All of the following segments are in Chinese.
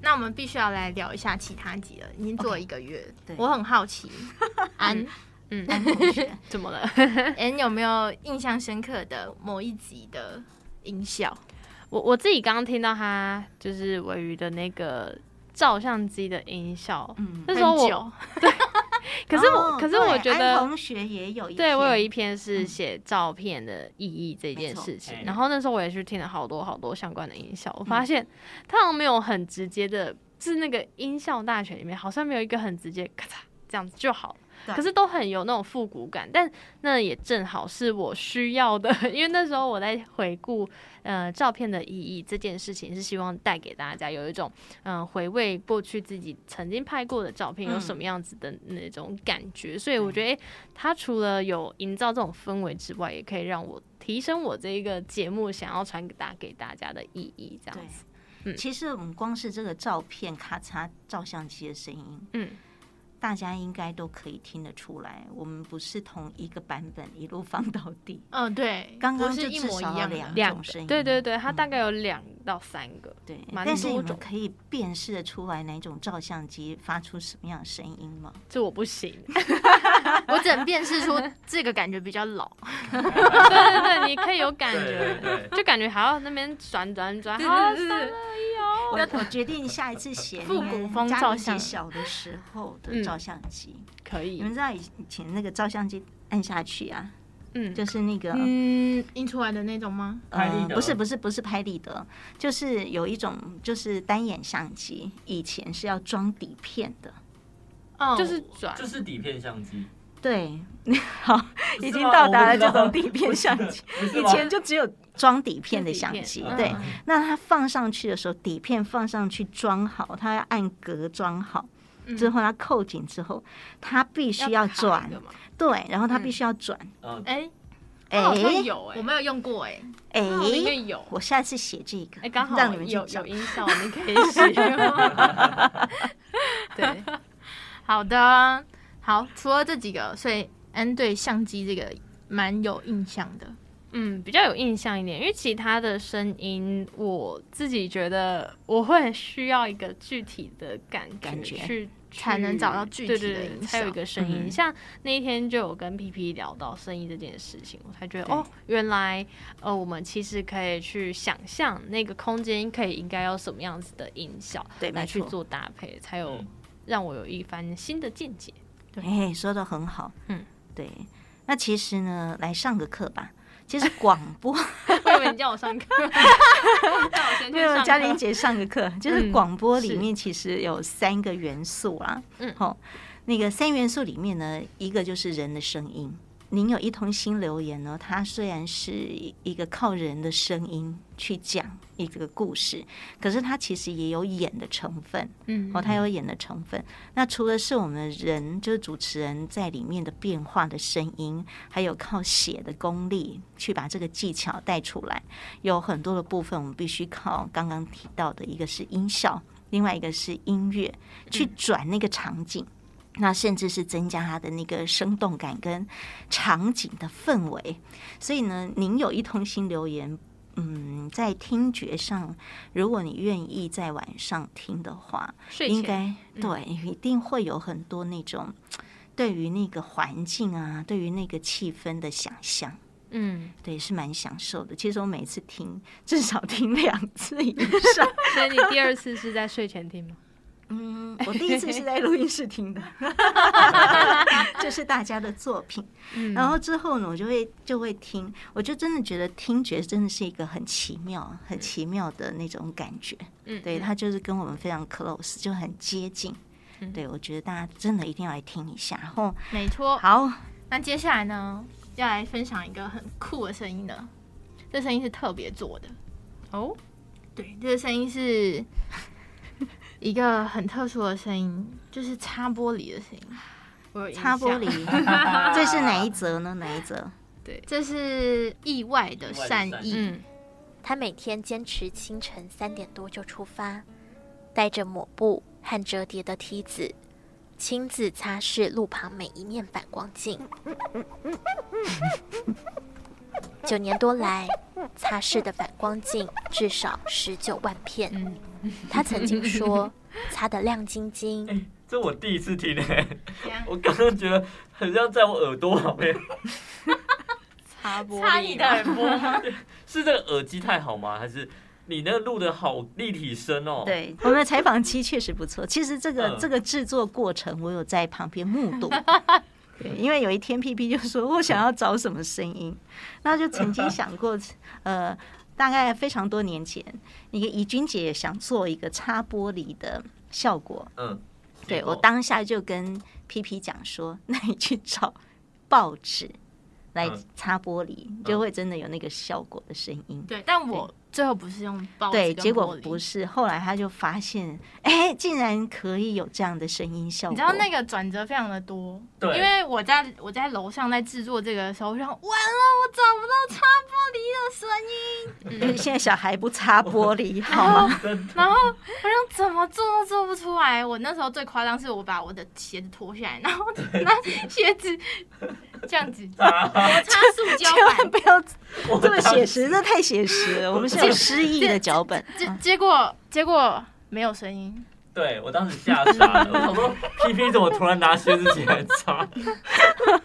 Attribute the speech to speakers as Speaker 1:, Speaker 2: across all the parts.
Speaker 1: 那我们必须要来聊一下其他集了，已经做了一个月
Speaker 2: 对
Speaker 1: 我很好 奇，安，嗯，
Speaker 2: 安同学，
Speaker 3: 怎么了？
Speaker 2: 嗯
Speaker 1: 安有没有印象深刻的某一集的音效？
Speaker 3: 我我自己刚刚听到他就是尾鱼的那个照相机的音效，
Speaker 2: 嗯，
Speaker 3: 那时候
Speaker 1: 很
Speaker 3: 我，
Speaker 1: 久
Speaker 3: 可是我、
Speaker 2: 哦
Speaker 3: 可是我
Speaker 2: 对
Speaker 3: 觉
Speaker 2: 安
Speaker 3: 得，
Speaker 2: 同学也有一篇，
Speaker 3: 对我有一篇是
Speaker 2: 嗯
Speaker 3: 写照片的意义这
Speaker 2: 没
Speaker 3: 件
Speaker 2: 错
Speaker 3: 事情
Speaker 4: 哎，
Speaker 3: 然后那时候我也去听了好多好多相关的音效，
Speaker 2: 嗯
Speaker 3: 我发现他好像没有很直接的，是那个音效大全里面好像没有一个很直接咔嚓这样子就好了
Speaker 2: 对
Speaker 3: 可是都很有那种复古感，但那也正好是我需要的， 因为那时候我在回顾呃照片的意义这件事情，是希望带给大家有一种嗯、呃回味过去自己曾经拍过的照片有
Speaker 2: 嗯
Speaker 3: 什么样子的那种感觉，所以我觉得、诶它除了有营造这种氛围之外，也可以让我提升我这一个节目想要传达给大家的意义，这样子，嗯
Speaker 2: 其实我们光是这个照片咔嚓照相机的声音，
Speaker 3: 嗯，
Speaker 2: 大家应该都可以听得出来，我们不是同一个版本一路放到底。
Speaker 1: 嗯，对，
Speaker 2: 刚刚
Speaker 1: 不
Speaker 2: 就是
Speaker 1: 一
Speaker 2: 至
Speaker 1: 模
Speaker 2: 少
Speaker 1: 一
Speaker 2: 要
Speaker 1: 样
Speaker 2: 两
Speaker 1: 的，
Speaker 3: 两
Speaker 2: 种声音，
Speaker 3: 对对对，它
Speaker 2: 嗯
Speaker 3: 大概有两到三个，
Speaker 2: 对，
Speaker 3: 蛮
Speaker 2: 但是你
Speaker 3: 多
Speaker 2: 们
Speaker 3: 种
Speaker 2: 可以辨识得出来哪种照相机发出什么样的声音吗？
Speaker 3: 这我 不行。
Speaker 1: 我只能辨识出这个感觉比较 老，嗯
Speaker 3: 对对对，你可以有感
Speaker 4: 对对
Speaker 3: 觉，
Speaker 4: 对，
Speaker 3: 就感觉还要那边转转转，
Speaker 1: 对
Speaker 3: 好啊
Speaker 1: 对对
Speaker 3: 三
Speaker 1: 对
Speaker 3: 二
Speaker 2: 我我决定下一次写
Speaker 1: 复
Speaker 2: 那个
Speaker 1: 古风
Speaker 2: 嘉
Speaker 1: 照
Speaker 2: 玲姐
Speaker 1: 相
Speaker 2: 小的时候的
Speaker 3: 嗯
Speaker 2: 照相机，
Speaker 3: 可
Speaker 2: 你
Speaker 3: 以
Speaker 2: 们，知道以前那个照相机按下去啊，
Speaker 3: 嗯，
Speaker 2: 就是那个。
Speaker 1: 嗯，印出来的那种吗？
Speaker 4: 拍立
Speaker 2: 呃，
Speaker 4: 得
Speaker 2: 不是不是不是拍立得，就是有一种就是单眼相机，以前是要装底片的，
Speaker 1: 哦，
Speaker 3: 就是转
Speaker 4: 就，是底片相机，
Speaker 2: 对，好，
Speaker 4: 是
Speaker 2: 已经
Speaker 4: 吗
Speaker 2: 到达了这
Speaker 4: 我
Speaker 2: 种
Speaker 4: 不知道
Speaker 2: 底片相机，
Speaker 4: 不是
Speaker 2: 以
Speaker 4: 吗
Speaker 2: 前就只有装底片的相机
Speaker 3: 是底片，
Speaker 2: 对
Speaker 3: 哦嗯。
Speaker 2: 那它放上去的时候，底片放上去装好，它要按格装好，之后它扣紧之后，它必须要
Speaker 3: 嗯卡
Speaker 2: 转
Speaker 3: 一，个嘛
Speaker 2: 对，然后它
Speaker 3: 嗯
Speaker 2: 必须要转。
Speaker 4: 嗯，
Speaker 1: 哎，
Speaker 2: 哎
Speaker 3: 好像有哎
Speaker 1: 我，没有用过哎，
Speaker 2: 哎，
Speaker 3: 我里面有，
Speaker 2: 我下次写这个
Speaker 3: 哎，刚好
Speaker 2: 让你们去
Speaker 3: 有
Speaker 2: 找
Speaker 3: 有。音效，你可以使 用。对，
Speaker 1: 好的，好，除了这几个，所以安对相机这个蛮有印象的。
Speaker 3: 嗯，比较有印象一点，因为其他的声音，我自己觉得我会很需要一个具体的感
Speaker 2: 感觉
Speaker 3: 去。
Speaker 1: 才能找到具体的
Speaker 3: 对对
Speaker 1: 音
Speaker 3: 对，
Speaker 1: 效
Speaker 3: 才有一个声音。
Speaker 2: 嗯
Speaker 3: 像那一天就有跟 P P 聊到声音这件事情，我才觉得
Speaker 2: 对
Speaker 3: 哦，原来呃，我们其实可以去想象那个空间可以应该要什么样子的音效，
Speaker 2: 对
Speaker 3: 来
Speaker 2: 没
Speaker 3: 去
Speaker 2: 错
Speaker 3: 做搭配，才有
Speaker 4: 嗯
Speaker 3: 让我有一番新的见解。
Speaker 2: 哎，说的很好，
Speaker 3: 嗯，
Speaker 2: 对。那其实呢，来上个课吧。其实广 播
Speaker 3: 我以为你叫我上课，叫我先去
Speaker 2: 没
Speaker 3: 上
Speaker 2: 有
Speaker 3: 课。
Speaker 2: 嘉玲姐上个课，就是
Speaker 3: 嗯
Speaker 2: 广播
Speaker 3: 是
Speaker 2: 里面其实有三个元素啦。
Speaker 3: 嗯
Speaker 2: 好，那个三元素里面呢，一个就是人的声音。您有一通新留言呢，它虽然是一个靠人的声音去讲一个故事，可是它其实也有演的成分。
Speaker 1: 嗯
Speaker 2: 哦，它有演的成分。那除了是我们人，就是主持人在里面的变化的声音，还有靠写的功力去把这个技巧带出来，有很多的部分我们必须靠刚刚提到的一个是音效，另外一个是音乐去转那个场景。那甚至是增加它的那个生动感跟场景的氛围，所以呢，您有一通新留言，嗯，在听觉上，如果你愿意在晚上听的话，
Speaker 3: 睡
Speaker 2: 应
Speaker 3: 前，
Speaker 2: 该对，一定会有很多那种对于那个环境啊，对于那个气氛的想象。
Speaker 3: 嗯，
Speaker 2: 对，是蛮享受的。其实我每次听，至少听两次以上。
Speaker 3: 所以你第二次是在睡前听吗？
Speaker 2: 嗯，我第一次是在录音室听的， 这是大家的作品。
Speaker 3: 嗯
Speaker 2: 然后之后呢，我就会就会听，我就真的觉得听觉真的是一个很奇妙、很奇妙的那种感觉。
Speaker 3: 嗯
Speaker 2: 对，它就是跟我们非常 close，就很接近。
Speaker 3: 嗯
Speaker 2: 对，我觉得大家真的一定要来听一下。然后，
Speaker 1: 没错。
Speaker 2: 好，
Speaker 1: 那接下来呢，要来分享一个很酷的声音呢，这声音是特别做的。
Speaker 3: 哦，
Speaker 1: 对，这个声音是 一个很特殊的声音，就是擦玻璃的声音。
Speaker 3: 我有印
Speaker 2: 擦玻
Speaker 3: 象
Speaker 2: 璃， 这是哪一则呢？哪一则？
Speaker 1: 这是意外的善
Speaker 4: 意外的善
Speaker 1: 意。
Speaker 4: 意
Speaker 3: 嗯，
Speaker 5: 他每天坚持清晨三点多就出发，带着抹布和折叠的梯子，亲自擦拭路旁每一面反光镜。 九年多来，擦拭的反光镜至少十九万片。
Speaker 3: 嗯
Speaker 5: 他曾经说， 擦得亮晶晶，
Speaker 4: 哎这我第一次听诶，
Speaker 1: 怎
Speaker 2: 啊
Speaker 1: 样
Speaker 4: 我刚刚觉得很像在我耳朵旁边，
Speaker 3: 擦玻璃
Speaker 1: 擦你的耳
Speaker 3: 波，
Speaker 4: 是这个耳机太好吗？还是你那个录的好立体声哦？，
Speaker 2: 对，我们的采访期确实不错。其实这个、
Speaker 4: 嗯
Speaker 2: 这个制作过程，我有在旁边目 睹。对，因为有一天 P P 就说我想要找什么声音，那就曾经想过，呃，大概非常多年前，一个怡君姐想做一个擦玻璃的效果，
Speaker 4: 嗯，
Speaker 2: 对
Speaker 4: 结果
Speaker 2: 我当下就跟 P P 讲说， 那你去找报纸来
Speaker 4: 嗯
Speaker 2: 擦玻璃，就会真的有那个效果的声音。
Speaker 1: 对，但我最后不是用包
Speaker 2: 对，结果不
Speaker 1: 是。
Speaker 2: 是。后来他就发现，哎，竟然可以有这样的声音效果。
Speaker 1: 你知道那个转折非常的多，
Speaker 4: 对
Speaker 1: 因为我在我在楼上在制作这个的时候，我想完了，我找不到擦玻璃的声音，
Speaker 2: 个现在小孩不擦 玻璃好吗？
Speaker 4: 真的
Speaker 1: 然后我想怎么做都做不出来。我那时候最夸张是我把我的鞋子脱下来，然后拿鞋子这样子
Speaker 4: 啊
Speaker 1: 摩擦塑胶
Speaker 2: 千
Speaker 1: 板
Speaker 2: 万，不要
Speaker 4: 我
Speaker 2: 这么
Speaker 4: 当
Speaker 2: 写实，这太写实了。我们是有诗意的脚本。
Speaker 1: 结结果结果没有声音，
Speaker 4: 对我当时吓傻 了，我想说 P P 怎么突然拿靴子起来擦？
Speaker 1: 我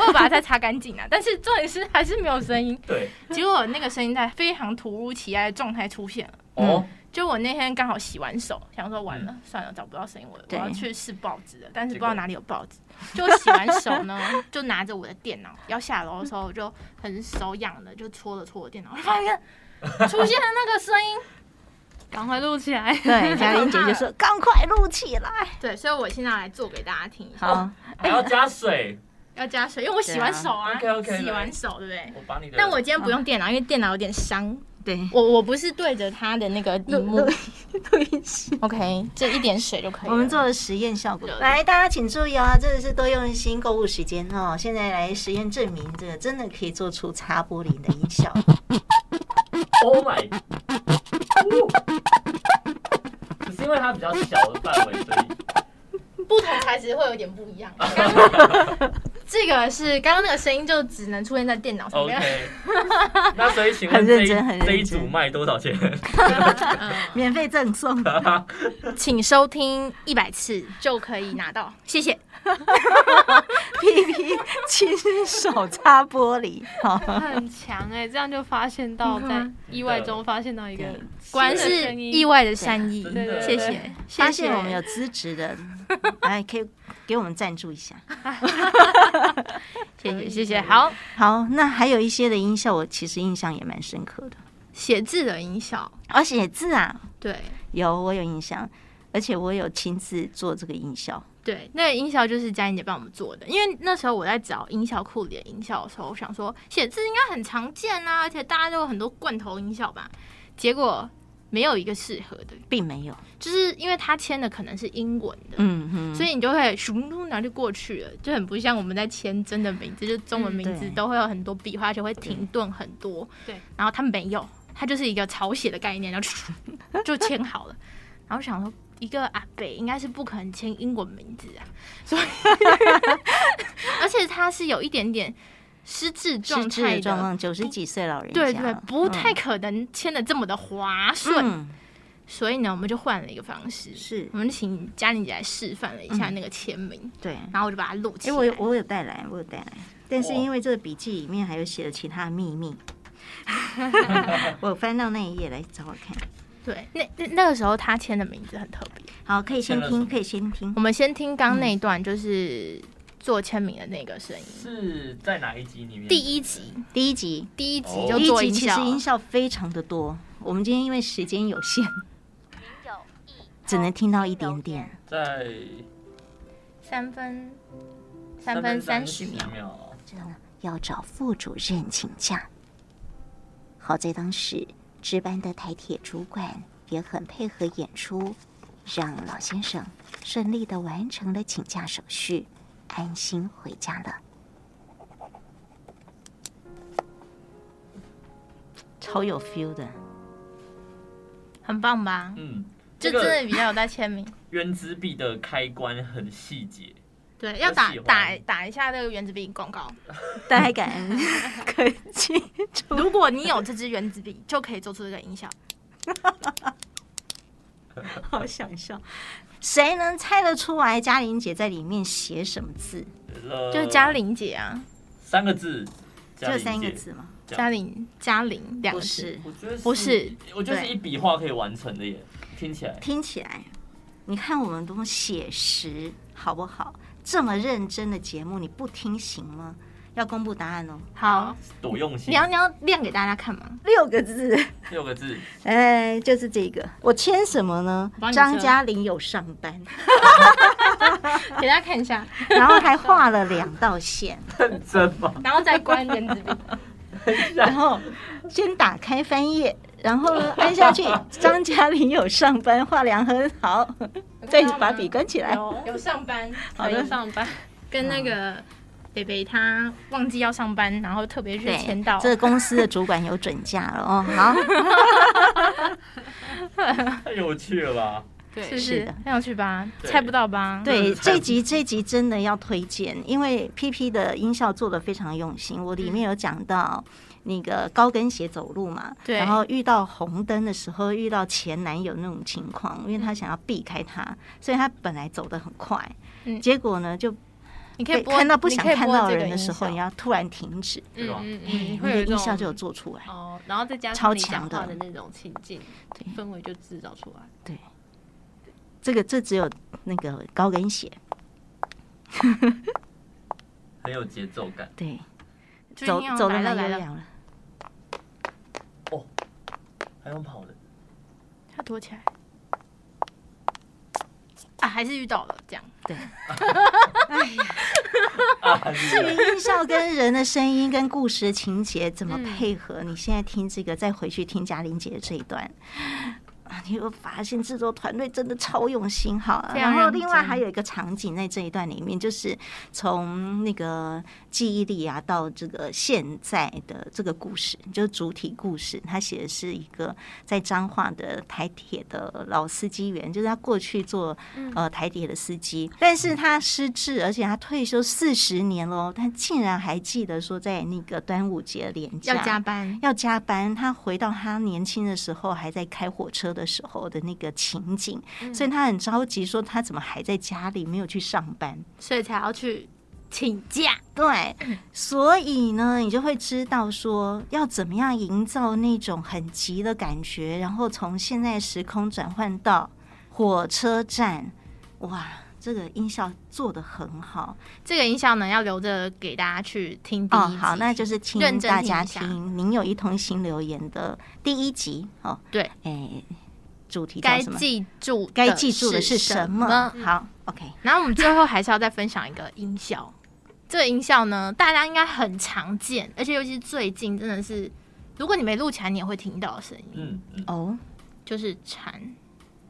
Speaker 1: 我有把它再擦干净啊，但是重点是还是没有声音。
Speaker 4: 对，
Speaker 1: 结果那个声音在非常突如其来的状态出现了。
Speaker 2: 嗯
Speaker 4: 哦，
Speaker 1: 就我那天刚好洗完手，想说完了、算了，找不到声音，我我
Speaker 2: 对
Speaker 1: 要去试报纸了，但是
Speaker 4: 结
Speaker 1: 不知
Speaker 4: 果
Speaker 1: 道哪里有报纸。就洗完手呢， 就拿着我的电脑要下楼的时候，我就很手痒的就搓了搓我电脑，我发现出现了那个声音。
Speaker 3: 赶快录起来。
Speaker 2: 对，嘉玲姐就说：“赶快录起来。
Speaker 1: 对，所以我现在来做给大家听一”下。
Speaker 2: 好，
Speaker 4: 还要加水。
Speaker 1: 要加水，因为我洗完手啊，
Speaker 4: 对啊，OK，OK，
Speaker 1: 洗
Speaker 4: 来
Speaker 1: 完手对不对？
Speaker 4: 我把你的，
Speaker 1: 但我今天不用电脑，因为电脑有点伤。
Speaker 2: 对，
Speaker 1: 我我不是对着它的那个
Speaker 2: 录
Speaker 1: 荧幕
Speaker 2: 录录音室。
Speaker 1: ，OK，这一点水就可以了。
Speaker 2: 我们做了实验效果
Speaker 1: 对，
Speaker 2: 来，大家请注意啊，这里是多用心购物时间哦。现在来实验证明，这个真的可以做出擦玻璃的音效。
Speaker 4: Oh my，哦只是因为它比较小的范围，所以
Speaker 1: 不同材质会有点不一 样。这个是刚刚那个声音就只能出现在电脑上面。
Speaker 4: OK。那 所以请问
Speaker 2: 很
Speaker 4: 这
Speaker 2: 认
Speaker 4: 一
Speaker 2: 真很认真
Speaker 4: 这一组卖多少钱？
Speaker 2: 免费赠送。
Speaker 1: 请收听一百次就可以拿到，谢谢。
Speaker 2: 屁屁亲手擦玻璃，好，
Speaker 3: 很强哎、这样就发现到在意外中发现到一个
Speaker 2: 对
Speaker 1: 果然
Speaker 3: 新的
Speaker 1: 是
Speaker 3: 声音
Speaker 1: 意，外的善意，
Speaker 4: 真的
Speaker 1: 谢谢。谢谢
Speaker 2: 发现我们有资质的， 哎，可以给我们赞助一下。
Speaker 1: 谢谢谢谢。好，
Speaker 2: 好，那还有一些的音效，我其实印象也蛮深刻的。
Speaker 1: 写字的音效，
Speaker 2: 而写字啊，
Speaker 1: 对
Speaker 2: 有我有印象，而且我有亲自做这个音效。
Speaker 1: 对，那个音效就是佳音姐帮我们做的，因为那时候我在找音效库里的音效的时候，我想说写字应该很常见啊，而且大家都有很多罐头音效吧，结果没有一个适合的。
Speaker 2: 并没有，
Speaker 1: 就是因为他签的可能是英文的，
Speaker 2: 嗯哼，
Speaker 1: 所以你就会熊咚，然后就过去了，就很不像我们在签真的名字，就是中文名
Speaker 2: 嗯
Speaker 1: 字
Speaker 2: 对
Speaker 1: 都会有很多笔画，而且会停顿很多。
Speaker 3: 对，
Speaker 1: 然后他没有，他就是一个草写的概念，然后 就签好了。然后想说，一个阿北应该是不可能签英文名字啊， 所以，而且他是有一点点失智状
Speaker 2: 失智
Speaker 1: 态
Speaker 2: 的
Speaker 1: 的
Speaker 2: 状况，九十几岁老人家
Speaker 1: 对
Speaker 2: 了，
Speaker 1: 对，不太可能签的这么的划算。
Speaker 2: 嗯，
Speaker 1: 所以呢，我们就换了一个方式，
Speaker 2: 是
Speaker 1: 我们请嘉玲姐来示范了一下
Speaker 2: 嗯
Speaker 1: 那个签名，
Speaker 2: 对。
Speaker 1: 然后我就把它录起
Speaker 2: 哎，
Speaker 1: 来。
Speaker 2: 我有我有带来，我有带来，但是
Speaker 4: 哇
Speaker 2: 因为这个笔记里面还有写了其他秘 密，我翻到那一页来找我看。
Speaker 1: 对，那那那个时候他签的名字很特别。
Speaker 2: 好，可以先
Speaker 4: 签了什么
Speaker 2: 听，可以先听
Speaker 1: 我。们先听刚那一段，就是做签名的那个声音。
Speaker 4: 是在哪一集里面？
Speaker 1: 第一集，
Speaker 2: 第一集，
Speaker 1: 第一集
Speaker 4: 哦
Speaker 1: 就
Speaker 2: 第一
Speaker 1: 做
Speaker 2: 集
Speaker 1: 音
Speaker 2: 其
Speaker 1: 效
Speaker 2: 实，音效非常的多，我们今天因为时间有限，只能听到一点点。
Speaker 4: 在
Speaker 1: 三分三分三十秒。
Speaker 4: 秒。
Speaker 5: 要找副主任请假。好在当时值班的台铁主管也很配合演出，让老先生顺利的完成了请假手续，安心回家了。
Speaker 2: 超有 feel 的。
Speaker 1: 很棒吧？
Speaker 4: 嗯，
Speaker 1: 就
Speaker 4: 这
Speaker 1: 真
Speaker 4: 个
Speaker 1: 的比较有在签 名。
Speaker 4: 原子笔的开关很细节，
Speaker 1: 对，要打
Speaker 4: 喜欢
Speaker 1: 打打一下这个原子笔广 告。
Speaker 2: 大家感 恩科技，
Speaker 1: 如果你有这支原子笔，就可以做出这个音效。
Speaker 2: 好想笑。谁能猜得出来嘉玲姐在里面写什么字？
Speaker 4: 呃
Speaker 1: 就是嘉玲姐啊，
Speaker 4: 三个字，嘉
Speaker 2: 就
Speaker 4: 玲姐
Speaker 2: 三个。字吗？
Speaker 4: 这
Speaker 1: 嘉
Speaker 4: 样
Speaker 1: 玲嘉玲两
Speaker 2: 不
Speaker 1: 个
Speaker 2: 是
Speaker 1: 字，，
Speaker 4: 我觉得
Speaker 1: 不是，
Speaker 4: 我觉得是
Speaker 2: 对
Speaker 4: 一笔画可以完成的耶，听起来。
Speaker 2: 听起来，你看我们多么写实，好不好？这么认真的节目，你不听行吗？要公布答案哦，
Speaker 1: 好，
Speaker 4: 多用心
Speaker 1: 你，要你要亮给大家看 吗？
Speaker 2: 六个字，
Speaker 4: 六个字，
Speaker 2: 哎，就是这个。我签什么呢
Speaker 1: 帮？你签
Speaker 2: 张嘉玲有上班，
Speaker 1: 给大家看一下，
Speaker 2: 然后还画了两道线，
Speaker 4: 认真吗？
Speaker 1: 然后再关原子笔。
Speaker 2: 然后先打开翻页，然后呢按下去，张嘉玲有上班，画两横好，再把笔关起来。
Speaker 3: 有
Speaker 1: 有上班，
Speaker 2: 好的
Speaker 3: 有上班，
Speaker 1: 跟那个北北他忘记要上班，然后特别去
Speaker 2: 对
Speaker 1: 签到，，
Speaker 2: 这个公司的主管有准假了哦。好，
Speaker 4: 太有趣了吧！
Speaker 1: 是不
Speaker 3: 对，
Speaker 2: 是
Speaker 1: 是
Speaker 2: 的
Speaker 1: 很有趣吧？
Speaker 4: 对
Speaker 1: 猜不到吧？
Speaker 2: 对
Speaker 4: 嗯差
Speaker 2: 这
Speaker 4: 不
Speaker 2: 集这集真的要推荐，因为 P P 的音效做的非常用心。我里面有讲到那个高跟鞋走路嘛，
Speaker 1: 对
Speaker 2: 然后遇到红灯的时候，遇到前男友那种情况，因为他想要避开他，所以他本来走得很快，
Speaker 1: 嗯
Speaker 2: 结果呢就
Speaker 1: 你可以
Speaker 2: 被
Speaker 1: 播
Speaker 2: 看到不想
Speaker 1: 你可以
Speaker 2: 看
Speaker 1: 播
Speaker 2: 到
Speaker 1: 这
Speaker 2: 的
Speaker 1: 个
Speaker 2: 人的时候，
Speaker 1: 音
Speaker 2: 你
Speaker 1: 效
Speaker 2: 要突然停止，
Speaker 4: 对吧
Speaker 3: 嗯
Speaker 2: 你
Speaker 3: 嗯，会有
Speaker 2: 的
Speaker 3: 一
Speaker 2: 音
Speaker 3: 种
Speaker 2: 效就有做出来。
Speaker 3: 哦，然后再加
Speaker 2: 超
Speaker 3: 上你
Speaker 2: 强
Speaker 3: 讲
Speaker 2: 的
Speaker 3: 话的那种情境
Speaker 2: 对
Speaker 3: 氛围就制造出来。
Speaker 2: 这个这只有那个高跟鞋，
Speaker 4: 很有节奏感，
Speaker 2: 对，
Speaker 1: 就是
Speaker 2: 走
Speaker 1: 你要
Speaker 2: 走了
Speaker 1: 来了
Speaker 2: 来
Speaker 1: 来
Speaker 2: 了
Speaker 1: 了，
Speaker 2: 了，
Speaker 4: 还用跑的，
Speaker 1: 他躲起来。啊，还是遇到了这样，
Speaker 2: 对。
Speaker 4: 啊，还是
Speaker 2: 这个音效跟人的声音跟故事情节怎
Speaker 1: 嗯
Speaker 2: 么配合？你现在听这个，再回去听嘉玲姐的这一段。 啊，你会发现制作团队真的超用心好、啊，
Speaker 1: 非常
Speaker 2: 然后
Speaker 1: 认
Speaker 2: 另外
Speaker 1: 真
Speaker 2: 还有一个场景在这一段里面，就是从那个记忆力啊到这个现在的这个故事，就是主体故事，他写的是一个在彰化的台铁的老司机员，就是他过去做
Speaker 1: 嗯
Speaker 2: 呃台铁的司机，但是他失智，而且他退休四十年了哦，他竟然还记得说在那个端午节连假
Speaker 1: 要加班，
Speaker 2: 要加班，他回到他年轻的时候，还在开火车的时候的那个情景，
Speaker 1: 嗯
Speaker 2: 所以他很着急，说他怎么还在家里没有去上班。
Speaker 1: 所以才要去请假。
Speaker 2: 对，所以呢，你就会知道说要怎么样营造那种很急的感觉，然后从现在时空转换到火车站，哇，这个音效做的很好
Speaker 1: 这个音效呢，要留着给大家去听第
Speaker 2: 哦。
Speaker 1: 一集。
Speaker 2: 好，那就是请
Speaker 1: 认真
Speaker 2: 大
Speaker 1: 听
Speaker 2: 家
Speaker 1: 一下
Speaker 2: 听《您有一通新留言》的第一集哦。
Speaker 1: 对，
Speaker 2: 哎，主题叫
Speaker 1: 该
Speaker 2: 什么？
Speaker 1: 记住，
Speaker 2: 该记住的是
Speaker 1: 是
Speaker 2: 什么
Speaker 1: 么？？
Speaker 2: 好，OK，
Speaker 1: 然后我们最后还是要再分享一个音效，这个音效呢，大家应该很常见，而且尤其是最近真的是，如果你没录起来，你也会听到的声音，
Speaker 4: 嗯嗯，
Speaker 2: 哦，
Speaker 1: 就是蝉，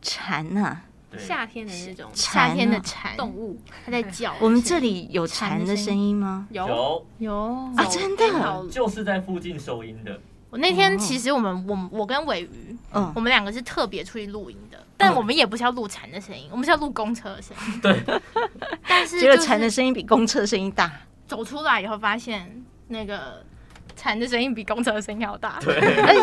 Speaker 2: 蝉呐、啊，
Speaker 4: 对，
Speaker 3: 夏天的那种
Speaker 2: 蝉、啊，
Speaker 1: 夏天的蝉，
Speaker 3: 动物
Speaker 1: 它在叫。
Speaker 2: 我们这里有
Speaker 1: 蝉
Speaker 2: 蝉
Speaker 1: 的
Speaker 2: 的
Speaker 1: 声
Speaker 2: 声音吗？
Speaker 3: 有
Speaker 4: 有，
Speaker 1: 有
Speaker 2: 啊真的
Speaker 3: 好
Speaker 4: 就是在附近收音的，
Speaker 1: 我那天
Speaker 2: 哦
Speaker 1: 其实我们，我们我跟尾鱼，
Speaker 2: 嗯
Speaker 1: 我们两个是特别出去录音的，但我们也不是要录蝉的声音，我们是要录公车的声 音。
Speaker 4: 对，
Speaker 1: 但是
Speaker 2: 结果
Speaker 1: 就
Speaker 2: 蝉的
Speaker 1: 是
Speaker 2: 声音比公车声音大，
Speaker 1: 走出来以后发现，那个蝉的声音比公车的声音还要大。
Speaker 2: 而
Speaker 1: 哎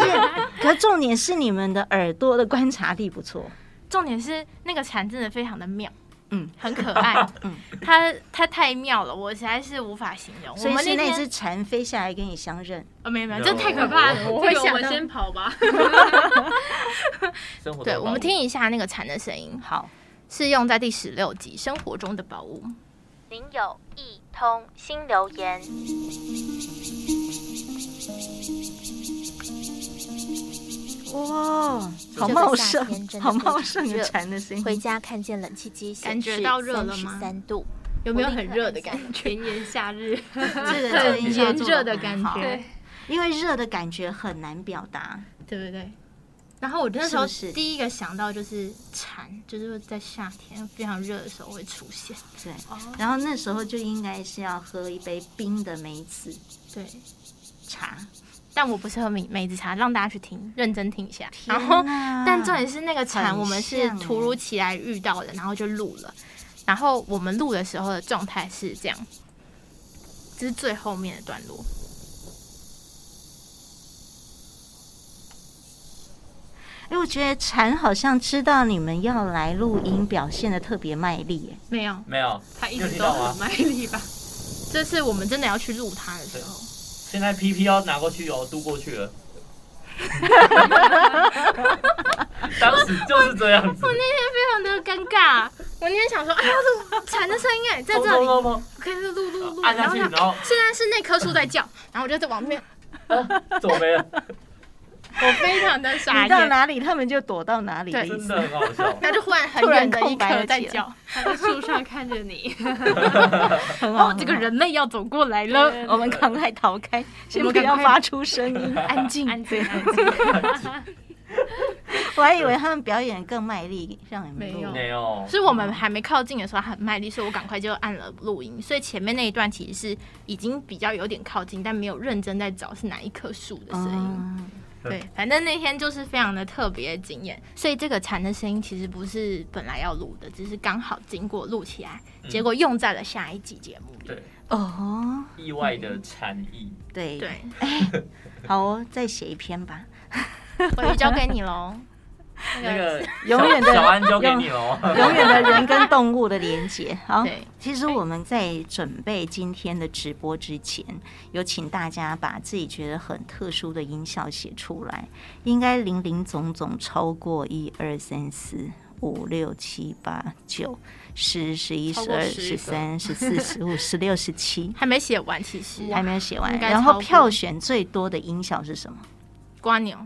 Speaker 2: 且，可重点是你们的耳朵的观察力不错，
Speaker 1: 重点是那个蝉真的非常的妙，
Speaker 2: 嗯，
Speaker 1: 很可爱，
Speaker 2: 嗯
Speaker 1: 嗯，它它太妙了，我实在是无法形容。
Speaker 2: 所以
Speaker 1: 我们
Speaker 2: 是那
Speaker 1: 天
Speaker 2: 只蝉飞下来跟你相认。
Speaker 1: 呃、没有没有，
Speaker 4: No
Speaker 1: 这太可怕了，
Speaker 4: 我
Speaker 1: 会
Speaker 3: 这个
Speaker 1: 想
Speaker 3: 我们
Speaker 1: 到。
Speaker 3: 先跑吧。
Speaker 4: 生活中的
Speaker 1: 对，我们
Speaker 4: 宝
Speaker 1: 听一下那个蝉的声音，
Speaker 2: 好，
Speaker 1: 是用在第十六集《生活中的宝物》。
Speaker 6: 您有一通新留言。
Speaker 2: 哇，好
Speaker 6: 就在
Speaker 2: 茂
Speaker 6: 夏
Speaker 2: 盛
Speaker 6: 天，真的
Speaker 2: 好
Speaker 6: 非
Speaker 2: 茂
Speaker 6: 常
Speaker 2: 盛的
Speaker 6: 热
Speaker 2: 蝉的声
Speaker 6: 回
Speaker 2: 音。
Speaker 6: 家看见冷气机显
Speaker 1: 感觉
Speaker 6: 示
Speaker 1: 到热了吗
Speaker 6: 三度，
Speaker 1: 有没有很热的感觉？
Speaker 3: 炎炎夏 日，
Speaker 2: 这个这个音效
Speaker 1: 炎
Speaker 2: 做得
Speaker 1: 热的
Speaker 2: 很
Speaker 1: 感
Speaker 2: 好
Speaker 1: 觉，
Speaker 2: 因为热的感觉很难表达。
Speaker 1: 对不对？然后我那时候
Speaker 2: 是不是
Speaker 1: 第一个想到就是蝉，就是会在夏天非常热的时候会出现。
Speaker 2: 对，然后那时候就应该是要喝一杯冰的梅子
Speaker 1: 对，
Speaker 2: 茶。
Speaker 1: 但我不是喝梅梅子茶，让大家去听，认真听一下。然
Speaker 2: 天
Speaker 1: 后，
Speaker 2: 哪
Speaker 1: 但重点是那个蝉，
Speaker 2: 很
Speaker 1: 我们是
Speaker 2: 像欸
Speaker 1: 突如其来遇到的，然后就录了。然后我们录的时候的状态是这样，这是最后面的段落。
Speaker 2: 哎、因为我觉得蝉好像知道你们要来录音，表现的特别卖力耶。
Speaker 1: 没有，
Speaker 4: 没有，
Speaker 1: 他一
Speaker 4: 你有
Speaker 1: 直
Speaker 4: 听
Speaker 1: 都
Speaker 4: 到吗
Speaker 1: 很？卖力吧。这次我们真的要去录他的时候，
Speaker 4: 现在 PP 要拿过去哦，渡过去了。 当时就是这样子，
Speaker 1: 那天非常的尴尬。我那天想说，哎呀，这个蝉的声音哎，在这里，
Speaker 4: 砰砰砰
Speaker 1: 可以录录录录，
Speaker 4: 哦按下去，
Speaker 1: 然后
Speaker 4: 然
Speaker 1: 它
Speaker 4: 后
Speaker 1: 现在是那棵树在叫，然后我就在往那边，
Speaker 4: 怎么没了？
Speaker 1: 我非常的傻
Speaker 2: 你到
Speaker 1: 眼。
Speaker 2: 哪里，他们就躲到哪里的
Speaker 1: 对
Speaker 2: 意
Speaker 4: 真
Speaker 2: 思。
Speaker 4: 的很好笑。
Speaker 1: 那就忽然很远的一
Speaker 2: 突然空白
Speaker 1: 棵
Speaker 2: 了
Speaker 1: 在
Speaker 2: 起来
Speaker 1: 叫，
Speaker 3: 他在树上看着你，
Speaker 2: 很好
Speaker 1: 哦，这个，人类要走过来
Speaker 3: 对
Speaker 1: 了，
Speaker 2: 很好我 们赶快逃开，先
Speaker 1: 我们
Speaker 2: 不要
Speaker 1: 赶快
Speaker 2: 发出 声音。
Speaker 1: 安静，
Speaker 3: 安 静安静。
Speaker 2: 我还以为他们表演更卖力，让你们录
Speaker 1: 没有
Speaker 4: 没有，
Speaker 1: 是我们还没靠近的时候，他很卖力，所以我赶快就按了录音。所以前面那一段其实是已经比较有点靠近，但没有认真在找是哪一棵树的声
Speaker 4: 啊
Speaker 1: 音。
Speaker 2: 嗯，
Speaker 1: 对，反正那天就是非常的特别的经验。所以这个蝉的声音其实不是本来要录的，只是刚好经过录起来，
Speaker 4: 嗯
Speaker 1: 结果用在了下一集节目里。
Speaker 4: 对
Speaker 2: 哦，
Speaker 4: 意外的禅意。
Speaker 2: 对，
Speaker 1: 对，
Speaker 2: 好哦，再写一篇吧。
Speaker 1: 我就交给你喽。
Speaker 4: 那个
Speaker 2: 永远的
Speaker 4: 小小安交给你哦喽。
Speaker 2: 永远的人跟动物的连 接。好
Speaker 1: 对，
Speaker 2: 其实我们在准备今天的直播之前，有请大家把自己觉得很特殊的音效写出来，应该零零总总超过一二三四。五六七八九十十一
Speaker 1: 超
Speaker 2: 十
Speaker 1: 过
Speaker 2: 二
Speaker 1: 10
Speaker 2: 十三十四十五十六十七，
Speaker 1: 还没写完，其实
Speaker 2: 还没有写完。
Speaker 1: 应该
Speaker 2: 然
Speaker 1: 超
Speaker 2: 后
Speaker 1: 过
Speaker 2: 票选最多的音效是 什么？
Speaker 1: 瓜牛，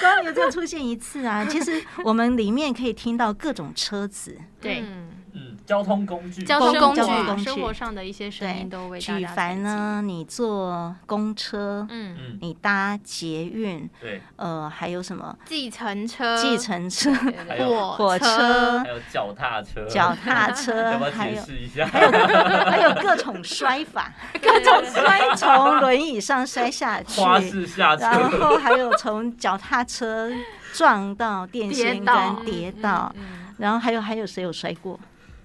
Speaker 2: 光有就出现一次啊！其实我们里面可以听到各种车子，
Speaker 1: 对，
Speaker 3: 嗯
Speaker 4: 嗯，交通工具。
Speaker 1: 交通工具
Speaker 2: 交通工具
Speaker 3: 生活上的一些声音都为大
Speaker 2: 举
Speaker 3: 家
Speaker 2: 凡呢，你坐公车，
Speaker 3: 采集，嗯，
Speaker 4: 嗯，
Speaker 2: 你搭捷运，
Speaker 4: 对，
Speaker 2: 呃，还有什么
Speaker 1: 计程车，
Speaker 2: 计程车、
Speaker 3: 对对
Speaker 4: 还
Speaker 3: 对
Speaker 4: 有
Speaker 1: 呃火
Speaker 2: 火车
Speaker 4: 还有脚踏车。
Speaker 2: 脚踏车
Speaker 4: 要不，要
Speaker 2: 还
Speaker 4: 解
Speaker 2: 有
Speaker 4: 释一下？
Speaker 2: 还有各种摔法，各种摔，从轮椅上摔下去，
Speaker 4: 花式下
Speaker 2: 然
Speaker 4: 车。
Speaker 2: 后还有从脚踏车撞到电线杆跌倒，
Speaker 3: 嗯
Speaker 2: 然后还有还有谁有摔过？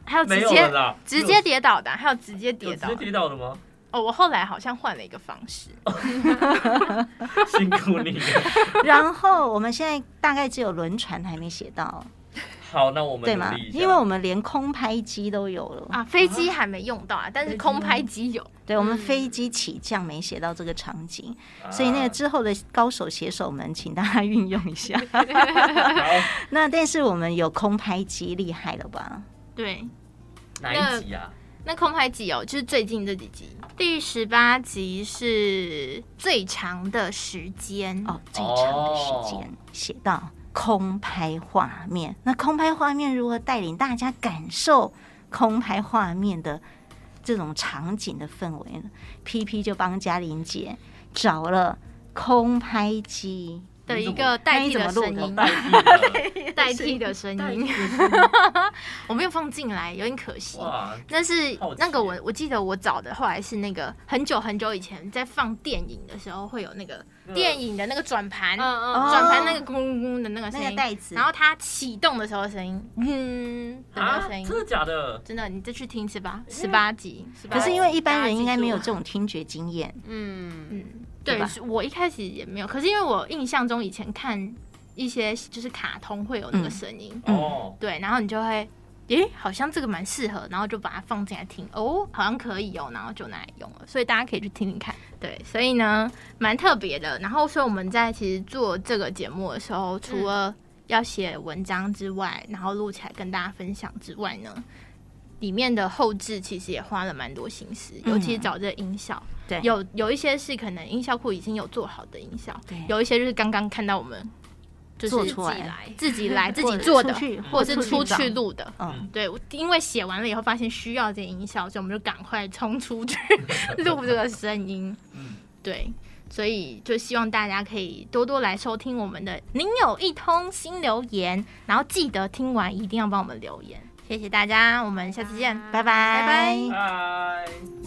Speaker 1: 还有
Speaker 4: 没
Speaker 1: 直
Speaker 4: 有了
Speaker 1: 接
Speaker 4: 啦，
Speaker 1: 直接跌倒的，还有直接
Speaker 4: 有
Speaker 1: 跌
Speaker 4: 有直
Speaker 1: 倒
Speaker 4: 接
Speaker 1: 的。
Speaker 4: 跌倒了吗？
Speaker 1: 哦，我后来好像换了一个方式，
Speaker 4: 辛苦你了。
Speaker 2: 然后我们现在大概只有轮船还没写到，
Speaker 4: 好，那我们
Speaker 2: 对
Speaker 4: 努
Speaker 2: 吗
Speaker 4: 力？一下。
Speaker 2: 因为我们连空拍机都有了
Speaker 1: 啊，飞机还没用到啊，但是空拍机有。
Speaker 2: 对，我们
Speaker 3: 嗯
Speaker 2: 飞机起降没写到这个场景，
Speaker 4: 啊
Speaker 2: 所以那个之后的高手写手们，请大家运用一下。
Speaker 4: 好
Speaker 2: 那但是我们有空拍机，厉害了吧？
Speaker 1: 对，
Speaker 4: 哪一集啊？
Speaker 1: 那空拍集哦，就是最近这几集，第十八集是最长的时间
Speaker 2: 哦，最长的时间写到空拍画面。那空拍画面如何带领大家感受空拍画面的这种场景的氛围呢？P P 就帮嘉玲姐找了空拍机，
Speaker 1: 的一个代替的声音，
Speaker 2: 那你
Speaker 4: 代 替了
Speaker 1: 代替的声音， 我没有放进来，有点可惜。
Speaker 4: 哇，
Speaker 1: 但是
Speaker 4: 好奇
Speaker 1: 那个我我记得我找的后来是那个很久很久以前在放电影的时候会有那个
Speaker 4: 那个
Speaker 1: 电影的那个转盘，
Speaker 3: 嗯嗯
Speaker 2: 哦
Speaker 3: 嗯，
Speaker 1: 转盘那个咕噜咕噜的那个声音，
Speaker 2: 那个袋子
Speaker 1: 然后它启动的时候的声音，嗯的那
Speaker 4: 啊
Speaker 1: 个，声音
Speaker 4: 真，的假的？
Speaker 1: 真的，你再去听十八十八集，十八
Speaker 2: 哦可是因为一般人应该没有
Speaker 1: 大
Speaker 2: 这种听觉经验，
Speaker 3: 嗯
Speaker 1: 嗯，
Speaker 2: 对
Speaker 1: 对
Speaker 2: 吧，
Speaker 1: 是我一开始也没有，可是因为我印象中以前看一些就是卡通会有那个声音，
Speaker 2: 嗯
Speaker 4: 哦，
Speaker 1: 对，然后你就会。诶，好像这个蛮适合，然后就把它放进来听哦，好像可以哦，然后就拿来用了，所以大家可以去听听看。对，所以呢，蛮特别的。然后，所以我们在其实做这个节目的时候，除了要写文章之外，然后录起来跟大家分享之外呢，里面的后置其实也花了蛮多心思，
Speaker 2: 嗯
Speaker 1: 尤其是找这个音效。
Speaker 2: 对
Speaker 1: 有有一些是可能音效库已经有做好的音效
Speaker 2: 对，
Speaker 1: 有一些就是刚刚看到我们就是
Speaker 2: 做
Speaker 1: 自
Speaker 2: 出
Speaker 1: 己
Speaker 2: 来
Speaker 1: 来自己来自己
Speaker 2: 或 者
Speaker 1: 做的
Speaker 2: 出，去
Speaker 1: 或者是出
Speaker 2: 找
Speaker 1: 去录的。
Speaker 2: 嗯，
Speaker 1: 对，我因为写完了以后发现需要这音效，所以我们就赶快冲出 去录这个声音。
Speaker 4: 嗯
Speaker 1: 对，所以就希望大家可以多多来收听我们的“您有一通新留言”，然后记得听完一定要帮我们留言，谢谢大家，我们下次见，
Speaker 2: 拜拜
Speaker 1: 拜拜
Speaker 4: 嗨。